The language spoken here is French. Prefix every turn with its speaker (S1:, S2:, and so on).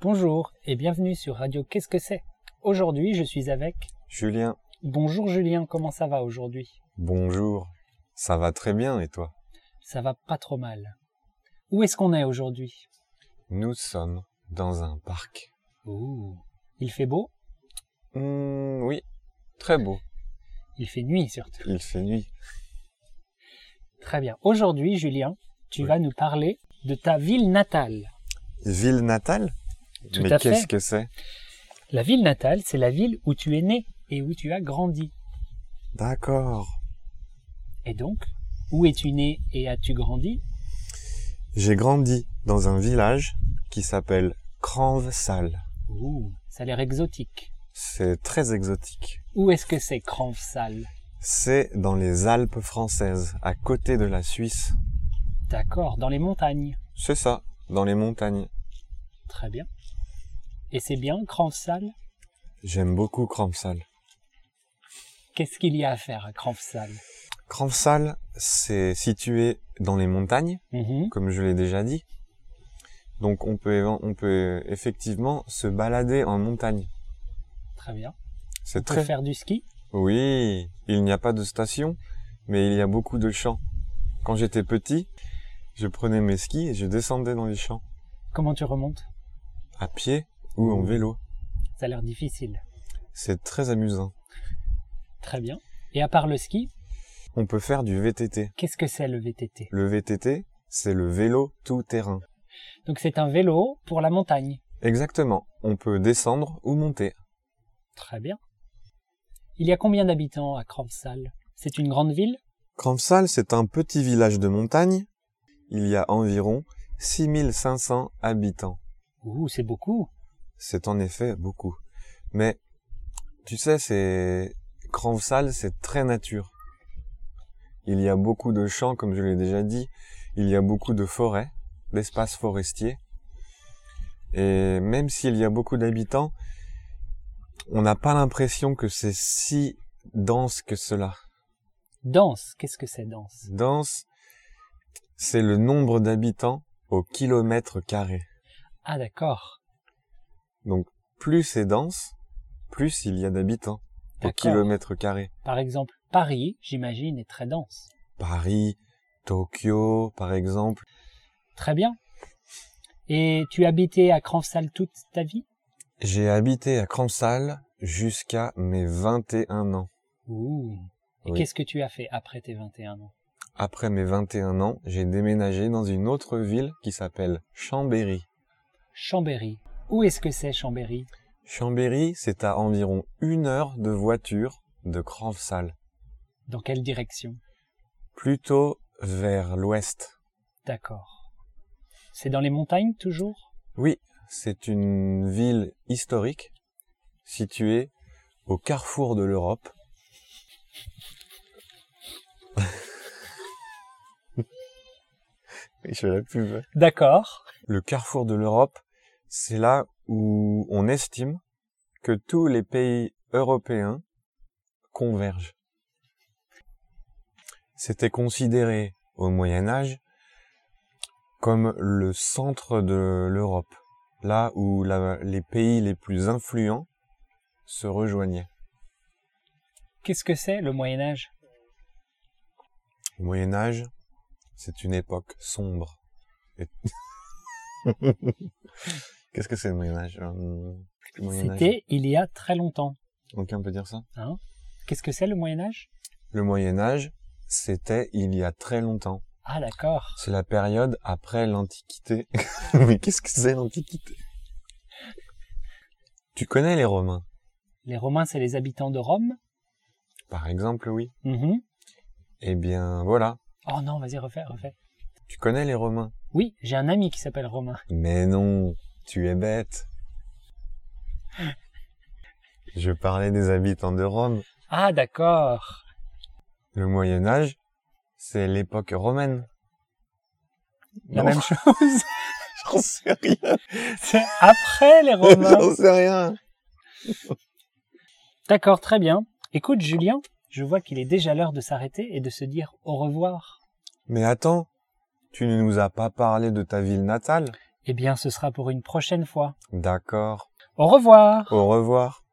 S1: Bonjour et bienvenue sur Radio Qu'est-ce que c'est Aujourd'hui, je suis avec.
S2: Julien,
S1: Bonjour Julien, comment ça va aujourd'hui
S2: bonjour. Ça va très bien et toi
S1: Ça va pas trop mal. Où est-ce qu'on est aujourd'hui
S2: Nous sommes dans un parc.
S1: Ouh. Il fait beau
S2: Hmm, oui, très beau.
S1: Il fait nuit surtout.
S2: Il fait nuit.
S1: Très bien. Aujourd'hui, Julien, tu
S2: Oui.
S1: vas nous parler de ta ville natale.
S2: Ville natale
S1: Tout
S2: Mais
S1: à fait.
S2: qu'est-ce que c'est
S1: La ville natale, c'est la ville où tu es né et où tu as grandi.
S2: D'accord.
S1: Et donc, où es-tu né et as-tu grandi
S2: J'ai grandi dans un village qui s'appelle Cranvesal.
S1: Ouh, ça a l'air exotique.
S2: C'est très exotique.
S1: Où est-ce que c'est Cranfsal
S2: C'est dans les Alpes françaises, à côté de la Suisse.
S1: D'accord, dans les montagnes.
S2: C'est ça, dans les montagnes.
S1: Très bien. Et c'est bien, Cranfsal
S2: J'aime beaucoup Cranvesal.
S1: Qu'est-ce qu'il y a à faire à Cranfsal
S2: Cranvesal, c'est situé dans les montagnes.
S1: Mhm.
S2: comme je l'ai déjà dit. Donc on peut, éven- on peut effectivement se balader en montagne.
S1: Très bien.
S2: C'est
S1: Très...
S2: très...
S1: faire du ski
S2: Oui, il n'y a pas de station, mais il y a beaucoup de champs. Quand j'étais petit, je prenais mes skis et je descendais dans les champs,
S1: Comment tu remontes
S2: à pied ou en vélo.
S1: Ça a l'air difficile.
S2: C'est très amusant.
S1: Très bien. Et à part le ski,
S2: On peut faire du VTT.
S1: qu'est-ce que c'est le VTT
S2: Le VTT, c'est le vélo tout-terrain.
S1: Donc c'est un vélo pour la montagne.
S2: Exactement, on peut descendre ou monter.
S1: Très bien. Il y a combien d'habitants à Cranfsal C'est une grande ville
S2: Cranfsal, c'est un petit village de montagne. Il y a environ 6500 habitants.
S1: Ouh, c'est beaucoup.
S2: C'est en effet beaucoup. Mais, tu sais, c'est, Cranfsal, c'est très nature. Il y a beaucoup de champs, comme je l'ai déjà dit. Il y a beaucoup de forêts, d'espaces forestiers. Et même s'il y a beaucoup d'habitants, on n'a pas l'impression que c'est si dense que cela.
S1: Dense, qu'est-ce que c'est dense
S2: Dense, c'est le nombre d'habitants au kilomètre carré.
S1: Ah d'accord.
S2: Plus c'est dense, plus il y a d'habitants au
S1: D'accord.
S2: kilomètre carré.
S1: Par exemple, Paris, j'imagine, est très dense.
S2: Paris, Tokyo, par exemple.
S1: Très bien. Et tu habitais à Cranfsal toute ta vie
S2: J'ai habité à Crampsal jusqu'à mes 21 ans.
S1: Ouh. Et
S2: Oui.
S1: qu'est-ce que tu as fait après tes 21 ans
S2: Après mes 21 ans, j'ai déménagé dans une autre ville qui s'appelle Chambéry.
S1: Chambéry. Où est-ce que c'est Chambéry
S2: Chambéry, c'est à environ une heure de voiture de Crampsal,
S1: Dans quelle direction
S2: plutôt vers l'ouest.
S1: D'accord. C'est dans les montagnes toujours
S2: Oui, c'est une ville historique située au carrefour de l'Europe. Oui, je fais la pub.
S1: D'accord.
S2: Le carrefour de l'Europe, c'est là où on estime que tous les pays européens convergent. C'était considéré au Moyen Âge comme le centre de l'Europe, là où la- les pays les plus influents se rejoignaient.
S1: Qu'est-ce que c'est le Moyen Âge
S2: Le Moyen Âge, c'est une époque sombre. Et- Qu'est-ce que c'est le Moyen Âge Hum, le Moyen Âge.
S1: C'était il y a très longtemps. hein
S2: Quelqu'un peut dire ça
S1: Qu'est-ce que c'est le Moyen Âge
S2: Le Moyen Âge, c'était il y a très longtemps.
S1: Ah d'accord.
S2: C'est la période après l'Antiquité. Mais qu'est-ce que c'est l'Antiquité Tu connais les Romains
S1: Les Romains, c'est les habitants de Rome.
S2: Par exemple, oui.
S1: Mhm.
S2: Eh bien, voilà.
S1: Oh non, vas-y, refais, refais.
S2: Tu connais les Romains
S1: Oui, j'ai un ami qui s'appelle Romain.
S2: Mais non, tu es bête. Je parlais des habitants de Rome.
S1: Ah d'accord.
S2: Le Moyen Âge, c'est l'époque romaine.
S1: La
S2: Non,
S1: même chose.
S2: j'en sais rien.
S1: c'est après les Romains.
S2: J'en sais rien.
S1: D'accord, très bien. Écoute Julien, je vois qu'il est déjà l'heure de s'arrêter et de se dire au revoir.
S2: Mais attends, tu ne nous as pas parlé de ta ville natale Eh bien, ce sera pour une prochaine fois.
S1: D'accord.
S2: Au revoir
S1: Au revoir.